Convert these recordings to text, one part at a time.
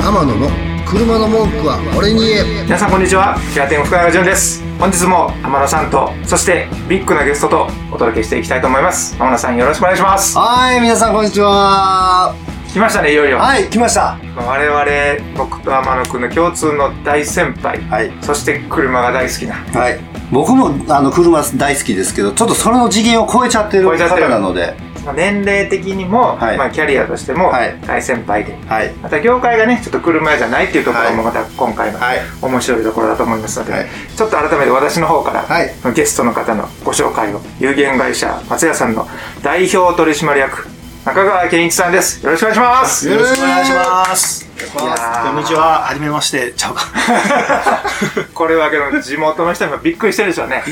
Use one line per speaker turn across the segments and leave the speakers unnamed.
天野の車の文句は俺に言え
皆さんこんにちはキラテン福永潤です本日も天野さんとそしてビッグなゲストとお届けしていきたいと思います天野さんよろしくお願いします
はい皆さんこんにちは
来ましたねいよいよ、
はい来ました
我々僕と天野くんの共通の大先輩、
はい
そして車が大好きな
はい僕もあの車大好きですけどちょっとそれの次元を超えちゃってる
超えちゃって
方
る
なので
まあ年齢的にも、
はい
まあ、キャリアとしても
はい
大先輩で、
はい
また業界がねちょっと車じゃないっていうところもまた今回の
はい
面白いところだと思いますので、
はい
ちょっと改めて私の方から、
はい
ゲストの方のご紹介を有限会社松屋さんの代表取締役中川健一さんですよろしくお願いします
よろしくお願いします。こんにち
やー
は。はじめまして。ちゃうか。
これはけど地元の人もびっくりしてるでしょうね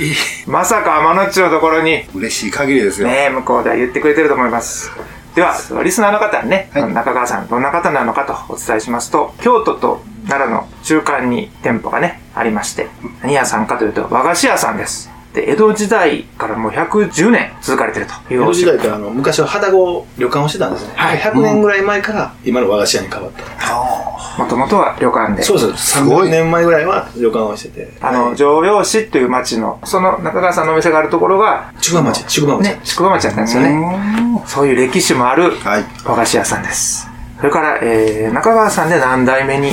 まさか天野っちのところに
嬉しい限りですよ、
ね向こうでは言ってくれてると思いますではリスナーの方にね、
はい
中川さんどんな方なのかとお伝えしますと京都と奈良の中間に店舗がねありまして何屋さんかというと和菓子屋さんですで江戸時代からもう110年続かれてるという
江
お
戸時
仕事
代からあの昔は旅籠旅館をしてたんですね。
はい
100年ぐらい前から今の和菓子屋に変わった。
もともとは旅館で
そうです。
ごい
300年前ぐらいは旅館をしてて。
あの常陽市という町のその中川さんのお店があるところが
筑波町、筑波町。
ね宿場町だったんですよねそういう歴史もある
はい
和菓子屋さんですそれから、えー、中川さんで何代目に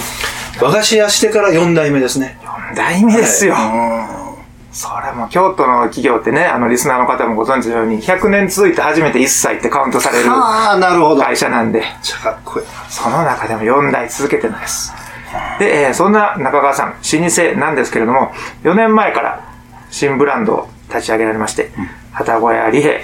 和菓子屋してから4代目ですね。
4代目ですよ、それも京都の企業ってねあのリスナーの方もご存知のように100年続いて初めて1歳ってカウントされる
ああなるほどめっ
会社なんで
ちゃかっこいい
その中でも4代続けてるんですで、えーそんな中川さん老舗なんですけれども4年前から新ブランドを立ち上げられまして旗小屋利平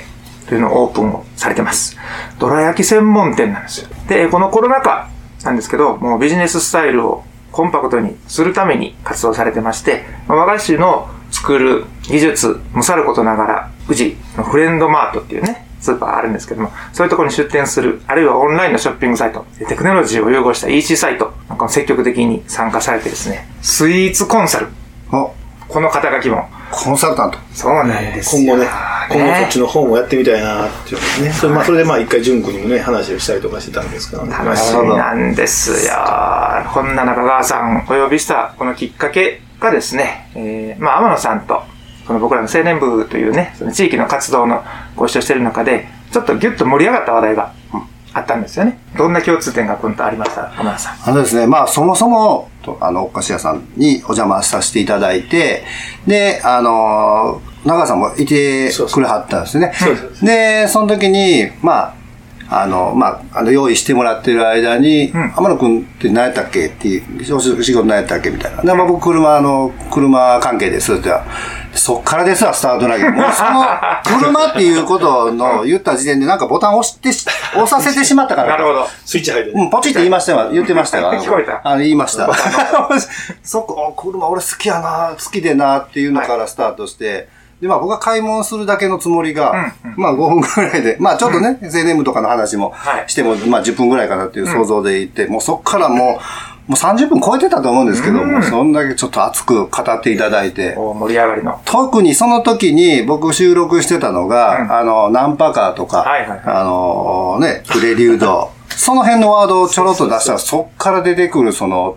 というのをオープンをされてますどら焼き専門店なんですよでこのコロナ禍なんですけどもうビジネススタイルをコンパクトにするために活動されてましてまあ和菓子の作る技術もさることながら宇治のフレンドマートっていうねスーパーあるんですけども、そういうところに出店する、あるいはオンラインのショッピングサイト、テクノロジーを融合した EC サイトなんかも積極的に参加されてですね、スイーツコンサル、
あ
この肩書きも。
コンサルタント
そうなんですよ
今後ね、今後そっち
ね
の方もやってみたいなっていうことね。それまあそれでまあ一回純子にもね、話をしたりとかしてたんですけどね。
楽しみなんですよ。こんな中川さんお呼びしたこのきっかけがですね、えーまあ天野さんと、その僕らの青年部というね、その地域の活動のご一緒してる中で、ちょっとギュッと盛り上がった話題があったんですよね。どんな共通点が今度ありました天野さん。
あのですね、まあ、そもそも、とあの、お菓子屋さんにお邪魔させていただいて、で、あの、中川さんもいて
そうそう
くれはったんですね。
そうそうそ
で、その時に、まあ、あの、まあ、あの、用意してもらってる間に、
ん
天野くんって何やったっけっていう、お仕仕事何やったっけみたいな。で、まあ、僕、車、あの、車関係ですって言ったら、そっからですわ、スタートだけど、もうその、車っていうことの言った時点で、なんかボタン押してし、押させてしまったから。
なるほど。
スイッチ入って
うん、ポチって言いましたよ。言ってましたよ。あの
聞こえた
あの、言いま した。そこ、お車俺好きやな、好きでな、っていうのからスタートして、で、まあ僕は買い物するだけのつもりが、まあ5分ぐらいで、まあちょっとね、ZNM とかの話も
はい
しても、まあ10分ぐらいかなっていう想像でいて、もうそっからもう、もう30分超えてたと思うんですけど、もうそんだけちょっと熱く語っていただいて、
お盛り上がりの。
特にその時に僕収録してたのが、あの、ナンパカーとか、
はいはいはい
あのね、プレリュード、 その辺のワードをちょろっと出したら、そっから出てくるその、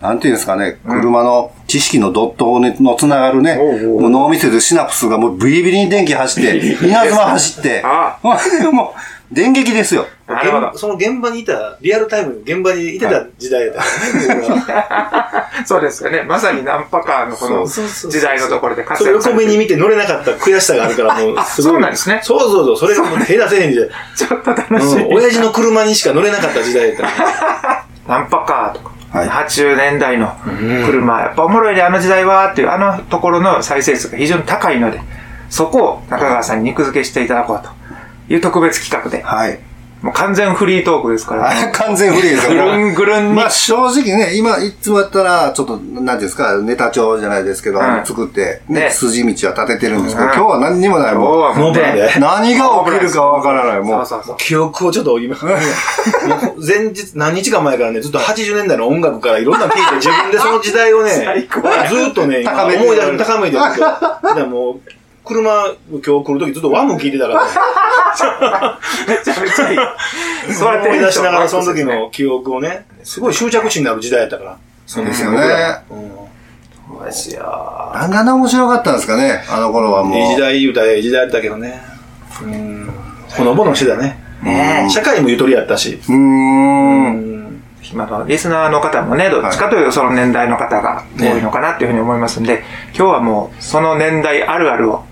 なんていうんですかね、車の知識のドットのつながるね、
おうおう
もう脳みそでシナプスがもうビリビリに電気走 って、稲妻走って
あ、
もうもう電撃ですよ。
なるほど
現。その現場にいた、リアルタイムの現場にいてた 時代だったよね僕らは。
そうですよね。まさにナンパカーのこの時代のところで活
それ
躍さ
横
れて
目
る
に見て乗れなかった悔しさがあるからもう
あ
すごい
そうなんですね
そうそうそうそれがもう手出せへん時代
ちょっと楽し
うん
い。
親父の車にしか乗れなかった時代だったね
ナンパカーとか、
はい
80年代の車、やっぱおもろいね、あの時代はっていう、あのところの再生数が非常に高いので、そこを中川さんに肉付けしていただこうという特別企画で、
はい。
もう完全フリートークですから、
あれ完全フリーです
ぐ
よ。
るんぐるんに
まあ正直ね、今、いつもやったら、ちょっと、なんていうんですか、ネタ帳じゃないですけど、
はい
あの作って、ね、
ね
筋道は立ててるんですけど、
うん
今日は何にもない
今日
もん。
はもう
ノープランで
ね、
何が起きるかわからない、
そ
も
う
う。
そうそう。
記憶をちょっと今もう前日何日か前からねずっと80年代の音楽からいろんなの聞いて自分でその時代をね
最高や
ずっとね今
高めてる
思い出高めてるんですよだからもう車今日来る時ずっと和も聞いてたから、ね、
めちゃめちゃいい。そうやって
思い出しながらそ
テンション
の時の記憶をね、すごい執着心になる時代やったから。
そうですよ
僕
ね。
らうん
そうですよ。
あんな面白かったんですかね、あの頃はもう。
いい時代言うたらいい時代だけどね。うん。ほのぼのしてたね。
ね
社会もゆとりやったし。
うーん。
今のリスナーの方もね、どっちかというとその年代の方が多いのかなっていうふうに思いますんで、今日はもうその年代あるあるを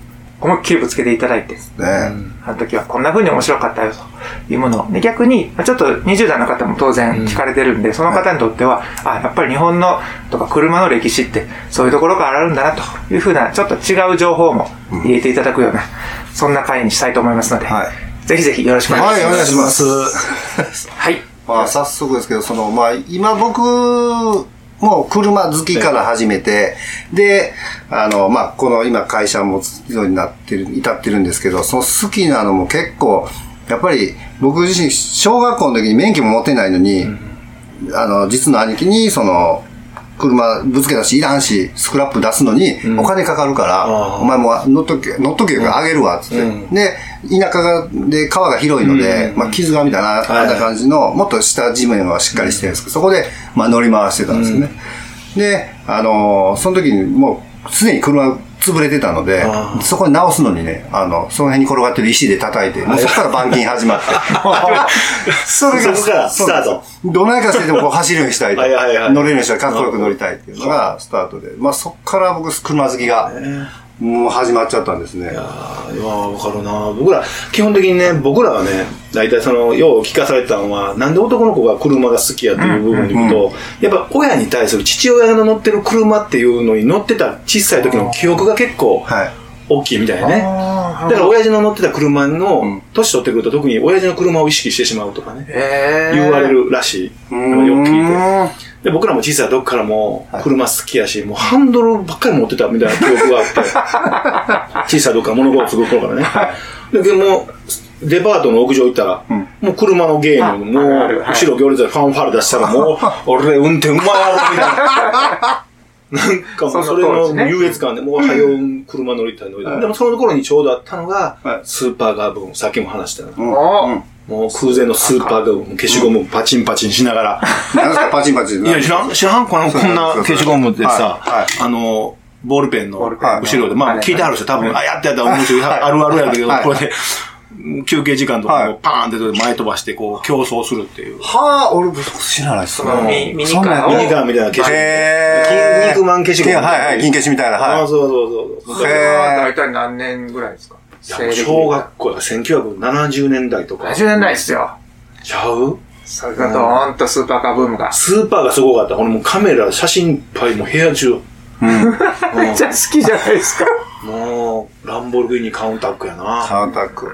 思いっきりぶつけていただいて、
ね
あの時はこんな風に面白かったよというものを。で逆に、まあちょっと20代の方も当然聞かれてるんで、その方にとっては、あ、やっぱり日本のとか車の歴史ってそういうところからあるんだなという風な、ちょっと違う情報も入れていただくような、そんな回にしたいと思いますので、
は
ぜひぜひよろしくお願い
はい、
し
お
ま
願い
す。
します。
はい。
まあ、早速ですけど、その、まあ、今僕、もう車好きから始めて、で、あの、まあ、この今会社もようになってる、至ってるんですけど、その好きなのも結構、やっぱり僕自身、小学校の時に免許も持ってないのに、あの、実の兄貴に、その、車ぶつけたし、いらんし、スクラップ出すのに、お金かかるから、
あー
お前もう乗っとけ、乗っとけよあげるわ、つって。
うん
で、田舎が、で、川が広いので、まあ、傷がみたいな、
い
あんな感じの、もっと下地面はしっかりしてるんですけど、そこで、まあ、乗り回してたんですよね。で、あのーその時にもう、すでに車潰れてたので
あ、ー
そこに直すのにね、あの、その辺に転がってる石で叩いて、もうそこから板金始まって。そ
そこからスタート
そうですどないかしてでもこう走るようにしたいと。
はいはいはい
乗れるようにしたい、かっこよく乗りたいっていうのがスタートで。まあ、そこから僕、車好きが、もう始まっちゃったんですね。
あーいやーわかるな僕ら基本的にね僕らはね大体そのよう聞かされてたのはなんで男の子が車が好きやっていう部分で言うと、やっぱ親に対する父親の乗ってる車っていうのに乗ってた小さい時の記憶が結構
はい。
大きいみたいなね、
あー
だから親父の乗ってた車の
ん
年取ってくると特に親父の車を意識してしまうとかね
えー
言われるらしいのをよく聞いて。
うーん
で、僕らも小さい時からも
は、い
車好きやし、もうハンドルばっかり持ってたみたいな記憶があって、小さい時から物心つく頃からね。だけどもう、デパートの屋上行ったら、
ん
もう車のゲームの、も
ああ
う
る、はい
後ろ行列でファンファーレ出したら、もう、俺運転うまいやろ、みたいな。なんかもうそれ
その当時ね
の優越感で、もう、はよ、車乗りたい乗りたい。でもその頃にちょうどあったのが
はい、
スーパーガーブーム、さっきも話したな。
うん
お
うん
もう空前のスーパーガーブーム、消しゴムパチンパチンしながら、
なんですかパチンパチン。
いや、知らん、知らん、この、こんな消しゴムってさ、
はいはい
あの、ボールペンの
ボールペンの
後ろで、ま
はい
あ、聞いてはる人多分、あ、やったやった、面白い、あるあるやけど、
はい
これで、休憩時間と
は
か
い
もパーンって出て前飛ばして、こう、競争するっていう。
はあ、俺、知らないっす
そのミミニカー
そん
を
なん
あ
や
ミ
っ
ニカーみたいな消しゴム。
へー
筋肉マン消しゴム。
金はいはい、金消しみたいな。
あ
は
あ、そうそうそうそう。
それ
へ
は大体何年ぐらいですか
いや小学校や、1970年代とか。
70年代ですよ。
ちゃう
それがドーンとスーパーカーブームが。
スーパーがすごかった。俺もうカメラ、写真いっぱい、もう部屋中。
めっちゃ好きじゃないですか。
もう、ランボルギーニカウンタックや
い。
な。
サンタク。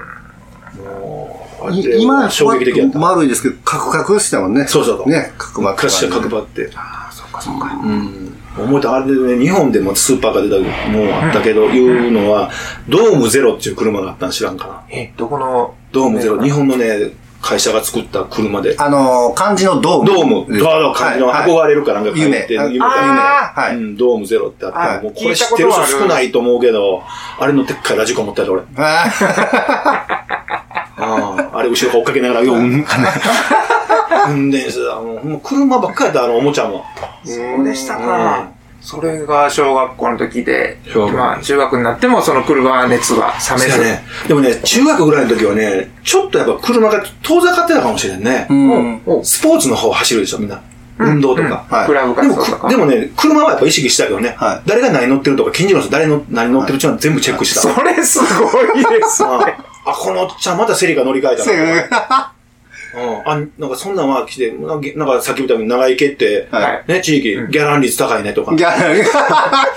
もう、
い
あれ
今、
衝撃的やった。
丸いですけど、カクカクしてたもんね。
そうそうそう
ね、角張って。
昔は角張って。
ああ、そっかそっか。
うん。思うとあれでね、日本でもスーパーが出たもんあったけど、いうのは、ドームゼロっていう車があったん知らんかな。
え、どこの
ドームゼロ、日本のね、会社が作った車で。
あのー、漢字のドーム。
ドーム、ドアの感じの
はいはい
憧れるかなんか書いて、
夢
夢
あ
か。
あ
はい。
うん、ドームゼロってあった
あ
ら、もうこれ知ってる人少ないと思うけど、あれのでっかいラジコン持ってたやつ俺。
あー
あああれ後ろから追っかけながら、よ、うん、うんでさ、もうもう車ばっかりやった、あのおもちゃも。
そうでした
う
か
ん。
それが小学校の時で、
小学校
まあ中学になってもその車熱は冷め
そう
ず。
やね。でもね、中学ぐらいの時はね、ちょっとやっぱ車が遠ざかってたかもしれんね。
うん。
おう
スポーツの方走るでしょ、みんな。運動とか。
はい
クラブ活
でも
動とか。
く、でもね、車はやっぱ意識したけどね、
はい
誰が何乗ってるとか、近所の人誰の何乗ってるっていうのは全部チェックした。
それすごい ですね。
あ、あこのおっちゃんまたセリカ乗り換えた
そう
な
やね
うん。あ、なんかそんなんは来て、なんかなんかさっき言ったように長池って、
は
はい
い。
ね、地域、ギャラン率高いねとか
ギ。ャラ、ギャラ、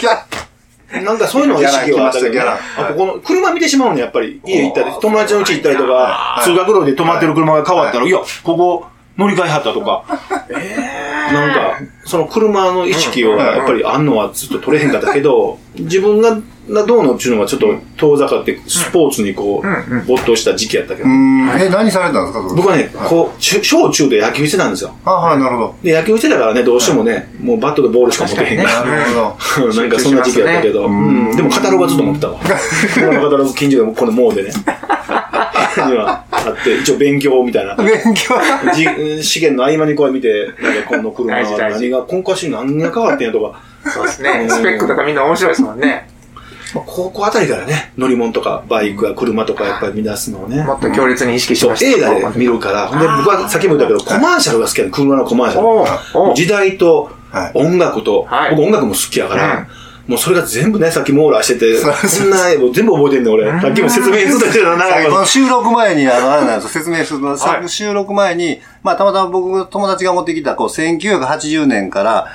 ギャラ。
なんかそういうのは意識はあったけど、
ギ
ね、
ャラ
あ
来ましたギャラ
とこの車見てしまうのやっぱり家行ったり
あ、ー
友達の家行ったりとか、通学路で止まってる車が変わったら、いや、ここ乗り換えはったと か、なんか、その車の意識をやっぱりあんのはずっと取れへんかったけど、自分がどうのっていうのがちょっと遠ざかって、スポーツにこ
うんうん
う、没頭した時期やったけ
う
ど、
ん。え、何されたんですかそれ
僕はね、こう、中小中で野球してたんですよ。
あ、はい、なるほど。
で、野球してたからね、どうしてもね、もうバットとボールしか持ってへんから。
なるほど。
なんかそんな時 期やったけど、うんでもカタログはずっと持ってたわ。このカタログ近所でもこれもうでね。にはあって、一応勉強みたいな。
勉強
じ資源の合間にこう見て、なんかこの車
大事
は
大事
何が、今回し何が変わってんやとか、
そうですね。スペックとかみんな面白いですもんね。
まあ高校あたりからね、乗り物とかバイクや車とかやっぱり見出すのをね。
もっと強烈に意識し
そう
ました。
映画で見るから、ほんで僕はさっきも言ったけど、コマーシャルが好きやね車のコマーシ
おう
ャ
お
ル。
う
時代と
はい
音楽と
はい、
僕音楽も好きやか
うん
ら、もうそれが全部ね、さっき網羅してて、
そうそう
そんな、もう全部覚えてんねん俺。さっきも説明ずっとしてたな、
こ
長
の
いこ
収録前に、あの、あれなんです説明するの、さ
はい
収録前に、まあ、たまたま僕の友達が持ってきた、こう、1980年から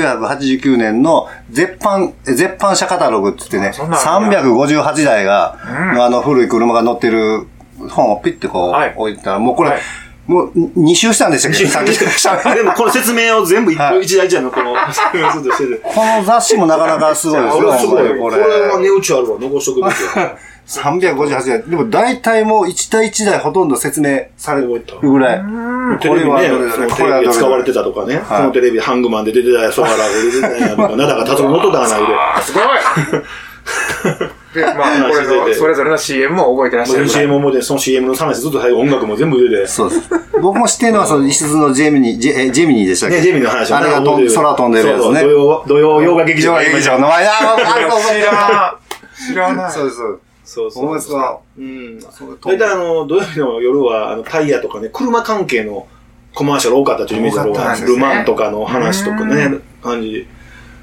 1989年の絶版、え絶版車カタログって言ってね、
あそんなのあるん
358台が、あの、古い車が乗ってる本をピッてこう、
はい
置いてたら、もうこれ、
はい
もう2周したんでしたっけさっき
と でもこの説明を全部一個一台じゃんの、この説明をずっとしてて。
この雑誌もなかなかすごいですよ、
これはすごい。
こ
これ
れ。
は値打ちあるわ、残しとくべきや。
358台。でも大体もう1対1台ほとんど説明されるぐらい。
テレビね、そのテレビで使われて
た。
たとかね、
い
このテレビでハングマンで出てたや、ソハラで出てたやとか、なだかたつの元だな、で。
あーすごいで、 まあ、これの、それぞれの CM も覚えてらっしゃるぐらい。
CM もで、その CM の話ずっと最後音楽も全部入れて。
そうです。僕も知ってるのは、その、一室のジェミニ、ジェえジェミニでしたっけ
ね、ジェミーの話を
あ
ね
れが飛ん空飛んでるやつ
そう
ね。
そう土曜、土曜洋画劇場
上映劇場の前だ。ああ、
知らん。知らない。
そうです。そうです
そうそう。
思いつか
うん。
そう
大体あの、土曜日の夜は、あの、タイヤとかね、車関係のコマーシャル多かったというイメージだろう
多か
が
ったです
ル
ね
マンとかの話とかね、感じ。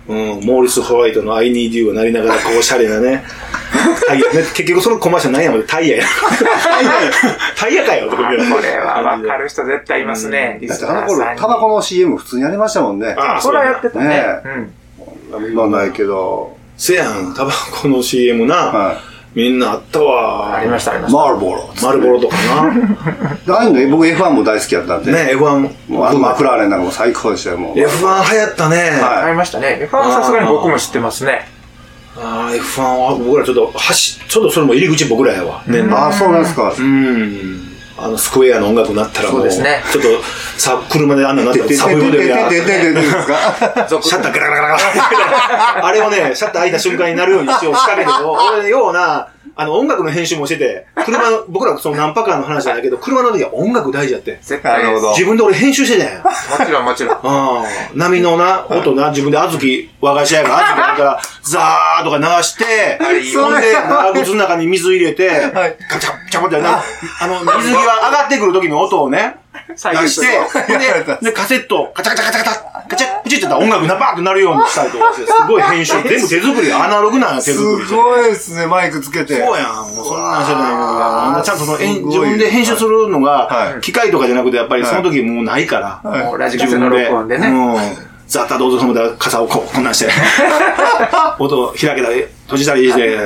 うん、モーリス・ホワイトの I need you がなりながら、こう、シャレなね。タイヤね、結局そのコマーシャル何やもんでタイヤ や。タイヤかよ、とか言う
これは分かる人絶対いますね。リ
だっ
ス
て
ナー
あの
さん
頃、
に
タバコの CM 普通にやりましたもんね。
ああ、
そ
そ
れ
れ
は
は
や
や
っ
ってて。
たね。
ね
うん。
今ないけど。
せやん、タバコの CM な。
は
みんなあったわ。
ありました、ありま
い。
し
マールボロ。
マルボロとかな。
ああいうの、僕 F1 も大好きやったんで。
ね、F1
もう
も。
あのマクラーレンなんかも最高でしたよ、もう。
F1 流行ったね。
た。
はい
ありましたね。ファンさすがに僕も知ってますね。
ああ、F1 は僕らちょっと、走、ちょっとそれも入り口僕らやわ。ね。
ああ、そうなんですか。
うん。あの、スクエアの音楽になったらもう、
そうですね
ちょっと、さ、車であんなになったら、サブフでや。
ててててててですか
シャッターガラガラガラガラ。あれをね、シャッター開いた瞬間になるように一応仕掛け ても、俺ね、ような、あの、音楽の編集もしてて、車の、僕らそのナンパカーの話じゃないけど、車の時は音楽大事やって。
絶対
なる
で
ほ
す。
ど
自分で俺編集してたやん。
もちろん、もちろん。
ああ、波のな、音な、自分で小豆、和菓子屋から小豆なんから、ザーとか流して、ほんで、長靴の中に水入れて、
い
ガチャッ、ガチャッってな、あの、水着が上がってくる時の音をね、
最
出して、ほん
やられた
で、で、カセット、ガチャガチャガチャガチャ、ガチャッ、プチってやったら音楽がバーってなるようにしたりとかして、すごい編集、全部手作り、アナログな手
す
作り。
ごいですね、マイクつけて。
そうやん。もうそんなんしてたんやけど
わ
な
ー
ちゃんとその、え
す
ん
ごい
自分で編集するの
は
が
い、
機械とかじゃなくて、やっぱりその時もうないから。
もうラジカセの録音でね。
ね。ザッタどうぞそのだ傘をこうこんなんして音を開けたり閉じたりして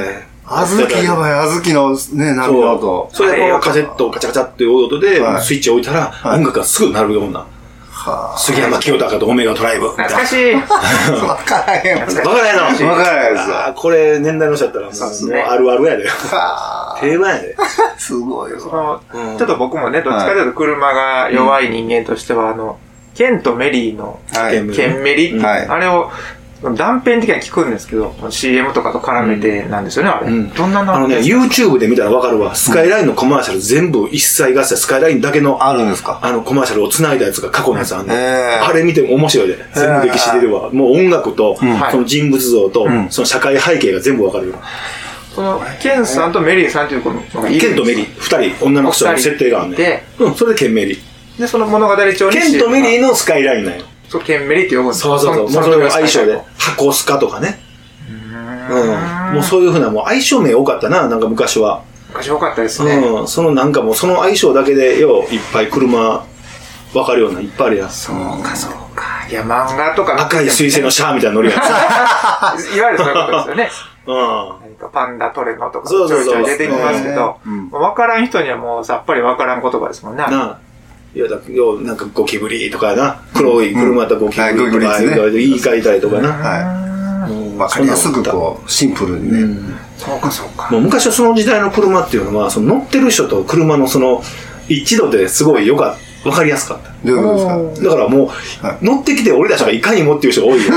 あずきやばい、あずきのね、波の
そ
音
う。それでこうカセットをガチャガチャっていう音で
はい
スイッチを置いたら音楽がすぐ鳴るような
は
杉山清隆とオメガトライブみたいな
懐かしい。
ぁ。わからへんわ。
わからないの
わからないですよ
あーこれ年代の人だったらも
そうです
うもう
ね
あるあるやで
は
定番やで
ぁ。すごい
あ
わ。
の
うん
ちょっと僕もね、どっちかというと車が弱い人間としては、あの、ケンとメリーの
はい。
うん
ケンメリ、
はい
あれを断片的には聞くんですけど、CM とかと絡めてなんですよね、あれ。
うん
どんなの
あのね YouTube で見たらわかるわスカイラインのコマーシャル全部一切合切スカイラインだけの
あるんですか
あのコマーシャルを繋いだやつが過去のやつあんの。
へー
あれ見ても面白いで。全部歴史出るわ。もう音楽と、
はい
その人物像と、その社会背景が全部わかるよ。
その、ケンさんとメリーさんというこの、
ケンとメリー、二人、女の子との設定があん
お二人い
ね
て
ん。うん、それでケンメリー。
で、その物語帳に。
ケンとメリーのスカイラインなんよ。
そう、ケンメリーって呼ぶんです
そうそうそう。もうそれ
時
が
の
相性
ス
で
カイ。
箱スカとかね。
ーん
うん。もうそういうふうな、もう相性名多かったな、なんか昔は。
昔多かったですね。
うん。そのなんかもう、その相性だけで、よう、いっぱい車、わかるような、いっぱいあるやん。
そうか、そうか。いや、漫画とか
赤い彗星のシャーみたいなの乗るやつ。
いわゆるそういうことですよね。
うん。
何かパンダトレノとかちょ
そう
い
そうそう
ちょい出てきますけど、
うん
分からん人にはもうさっぱり分からん言葉ですもんね。
なあ。いやだようなんかゴキブリとかな黒い車とゴキブ
うんは
リとか
いゴキブリですね
言い換えたりとかな、
は
うん
い。わかりやすく
そんなのあっ
こう、シンプルに
たう
ね。
ん
そうかそうか。
もう昔はその時代の車っていうのはその乗ってる人と車のその一致度ですごい良かっ分かりやすかった。
どういうことですか
だからもう、乗ってきて俺たちがいかにもっていう人が多 いよ。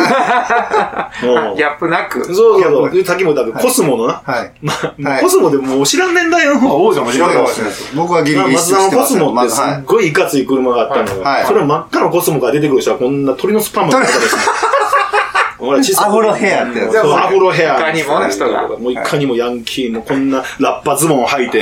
もう
ギャップなく。
そうそうそう。さっきも言ったけど、コスモのな。
はい
ま
はい
コスモでもう知らん年代の方が多いかもしれないですね。
僕はギリギ
まあ
リ
松田のコスモってす
はい
っごいいかつい車があったのよ。
はい
それを真っ赤なコスモから出てくる人はこんな鳥のスパンマンの方ですね。ほら小さい
アフロヘアってやつ
そうアフロヘア。
いかにもな人が
もういかにもヤンキーもこんなラッパズボン を履いて、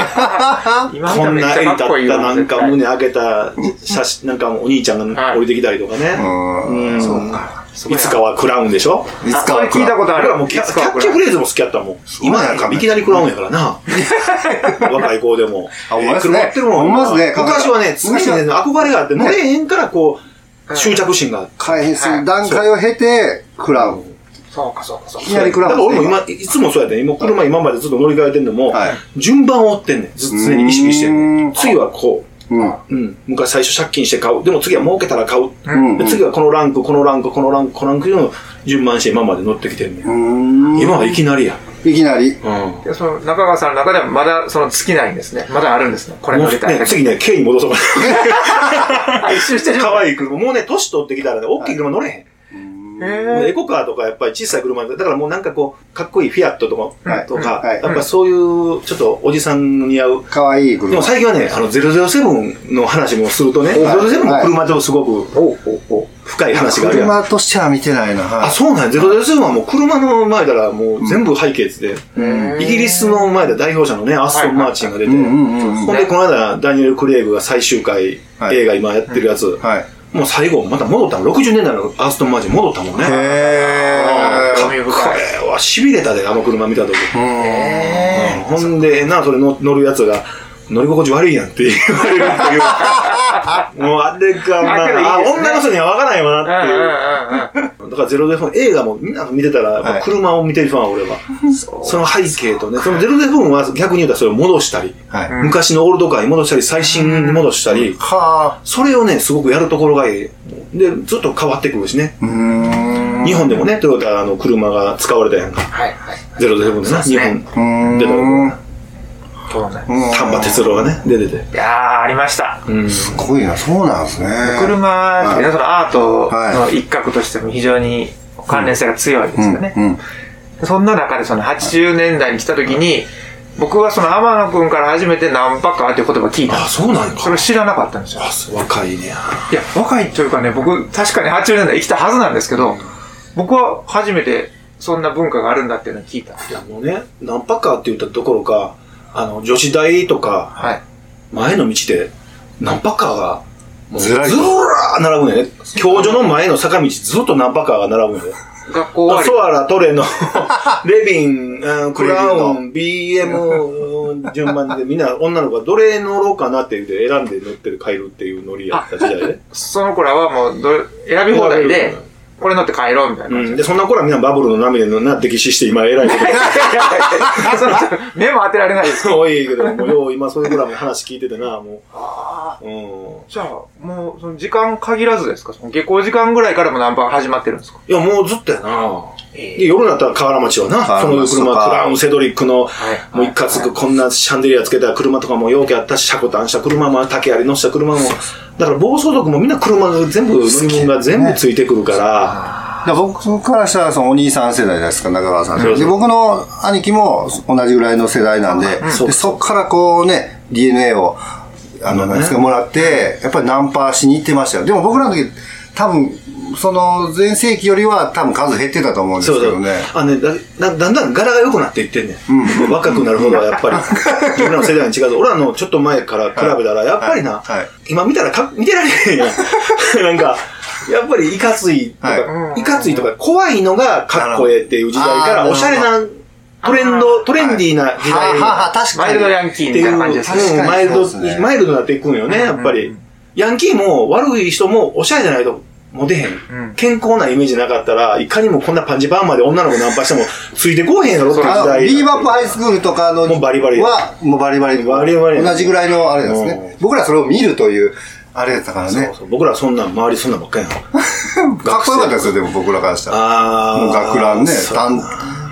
今
こん
めっ
な
ち
絵
ゃ
に
か
立
っ
っ
こいいわ
たなんか
絶対
胸開けた写真、なんかお兄ちゃんが降りてきたりとかね。
うんそうか
いつかはクラウンでしょ
いつ
あ
か
それ
は
聞いたことあ
俺
る。
らもうキャ
い
キ
つか
ャ
は
ッ
来
チ
る
フレーズも好きやったもん。
う
今
なんや
なんかいきなりクラウンやから な。若い子でも。
あほんまですね
車やってるも
ほ
ん。
んまですね
昔はね、常にね、憧れがあって乗れへんからこう、執着心があって。
開閉する段階を経てクラウン
そうか、そうか、そう
いきなりクラ
だ
ウン
から俺も今、いつもそうやって、今車今までずっと乗り換えてんのも
はい、
順番を追ってんねん。ず常に意識してんね
うん
ん。次はこう。
うん
うん、昔最初借金して買う。でも次は儲けたら買う。
ん
で次はこのランク、このランク、このランク、このランクいうのを順番して今まで乗ってきてんねん。
うん
今はいきなりや。
いきなり
うん。
か。でその中川さんの中ではまだその尽きないんですね。まだあるんですね。これ乗りたい。
ね、次ね、K に戻そうか
あ、一周して
な。
る。
可愛い車。もうね、年取ってきたらね、大きい車乗れへん。
へ
で
ー
エコカーとかやっぱり小さい車だからもうなんかこう、かっこいいフィアットとか、
はい
とか、
はい
やっぱそういうちょっとおじさんの似合う。
可愛い
で
車
も最近はね、あの、007の話もするとね、
はい
007の車とすごく
おうおうおう
深い話があるやん。
車としては見てないな
あ、
は
そうなんゼロゼロセブンはもう車の前だらもう全部背景で、
ん
イギリスの前で代表者のね、アストン・マーチンが出て、
いうんうんうんうん
ほんでこの間、ダニエル・クレイグが最終回、
はい
映画今やってるやつ、
はい
もう最後、また戻ったの、60年代のアストン・マーチン戻ったもんね。うん
へー
えー
かっこええわ、痺れたで、あの車見たとき。うんほんで、な、それの乗るやつが、乗り心地悪いやんって言われるって いう。もうあれが、ま
あけどいい
あ、あ
ですね
女の人には分からないわ
うん
なっ
う
てい
ん
う。
うんうん。
だからゼロゼロ映画もみんな見てたら、やっぱ車を見てるファンは俺は。その背景とね、そのゼロゼロは逆に言うたらそれを戻したり、
はい
昔のオールドカーに戻したり、最新に戻したり、
は
それをね、すごくやるところがいい。で、ずっと変わってくるしね。
ーうーん
日本でもね、トヨタの車が使われたやんか。
はいはい。
ゼロゼロでな、日本
うん
出たとこ
そうね。
丹波哲郎がね、出てて。
いやー、ありました。
すごいなそうなんですね
車ってね、そのアートの
は
一角としても非常に関連性が強いですよね。
うんうん
そんな中でその80年代に来た時に、僕はその天野くんから初めてナンパかっていう言葉聞いたん
あ、
です。
そうなん
それ
か
を。知らなかったんですよ。
あ若いね。
いや、若いというかね、僕、確かに80年代生きたはずなんですけど、僕は初めてそんな文化があるんだっていうのを聞いた。
いや、もうね、ナンパかって言ったどころか、あの、女子大とか、
はい。
前の道で、ナンパカーが、もう
ずらり
ずらー並ぶんやね。教授の前の坂道、ずっとナンパカーが並ぶんやね。
学校終わ
ソアラ、トレ の、レビン、うんクラウン、BM、順 番でみんな女の子がどれ乗ろうかなって言って選んで乗ってる帰るっていう乗りやった時代 で。
り、その子らはもうどれ、選び放題
選
で
び放題、
これ乗って帰ろうみたいな
う
感じ
ん。で、そんな頃はみんなバブルの涙のな、 溺死して今偉いこ
いやいやいやいや その目も当てられないです。
と。多いけど、もうよう今そういうぐらいの話聞いててな、もう。うん。
じゃあ、もう、その時間限らずですかその下校時間ぐらいからもナンパが始まってるんですか
いや、もうずっとやな。
ええ
で夜になったら河原町はな、
河
そ
原
の
町とか
車、クラウン、セドリックの
はい、
もう一括くこんなシャンデリアつけた車とかも容器あったし、車庫とあんした車も、竹槍乗した車も、だから暴走族もみんな車が全部、乗り物が全部ついてくるから、
だから僕からしたらそのお兄さん世代じゃないですか、中川さんって。
そうそう
で僕の兄貴も同じぐらいの世代なんで、
そう
でそこからこうね、DNA を、あの、なんですか、もらって、やっぱりナンパしに行ってましたよ。でも僕らの時、多分、その前世紀よりは多分数減ってたと思うんです
そう
け
そう
どね。。
あのね、だだだんだん柄が良くなっていってんねん。若くなるほどはやっぱ り、俺らの世代に違うぞ。俺らのちょっと前から比べたら、やっぱりな
はいはい、
今見たらか見てられへんやん。 なんか、やっぱりいかついとか
は、
いかついとか、怖いのがかっこええっていう時代か
な
ら、
るほど
おしゃれな、トレンド、トレンディーな時
はあ、
代に。
はあ、はあ、確
マ
か
イ
に。
ルドヤンキー
っ
みたい
ていう、
な感じですね。
かに
うんマイル
そ
ド、
うですね
マイルドになっていくんよね、やっぱり。ヤンキーも悪い人もおしゃれじゃないとモテへ
うん
ん。健康なイメージなかったら、いかにもこんなパンチバーマーで女の子ナンパしてもついてこうへんやろっていう時
あの
代。
ビーバップハイスクールとかの、
もうバリバリ
は、もうバリバリ。
バリバリ
同じぐらいのあれなんですね。僕らそれを見るという、あれやったからね
そう。そう僕らそんなん、周りそんなんばっかりやん。
かっこよかったですよ、でも僕らからしたら。
あー
もう学ランね、
そう
単、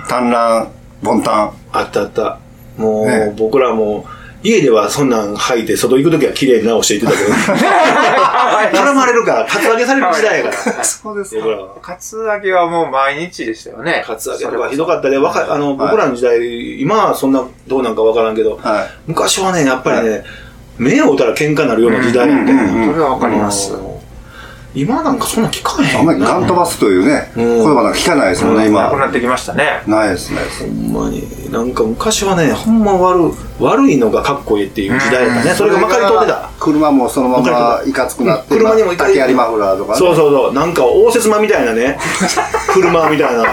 単乱、ボンタン。
あったあった。もう、
ね
僕らも、家ではそんなん履いて、外行くときは綺麗に直して行って たけど、絡まれるから、カツアゲされる時代やから。
そうです
僕らは。
カツアゲはもう毎日でしたよね。
カツアゲとかひどかったで、若い、あの、僕らの時代、今はそんな、どうなんかわからんけど、
はい
昔はね、やっぱりね、目を打ったら喧嘩になるような時代みたい
うんうんうん
そ
な。
れはわかります。
今なんかそんな聞かへん。
あんまりガン飛ばすというね、
うん
言葉なんか聞かないですもんね、
なくな
今。
ってきましたね。
ないですね。
ほんまに。なんか昔はね、ほんま悪い、悪いのがかっこいいっていう時代だったね。それがまかり通ってた。。
車もそのま
まか
ま
り通
いかつくなって、
車にもいかり
竹槍マフラーとかね。
そうそうそう。なんか、応接間みたいなね。車みたいな。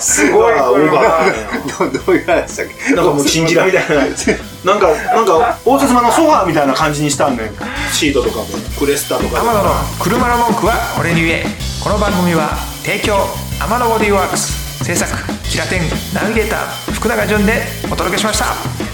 すごい
が多かった ね。
どどういう話でしたっけ
なんかもうチンジラみ たいな。なんか、なんか、応接間のソファーみたいな感じにしたんね。シートとかも、クレスタとか
天
も。
野の車の文句は俺に言えこの番組は提供天野ボディーワークス制作キラテンナビゲーター福永潤でお届けしました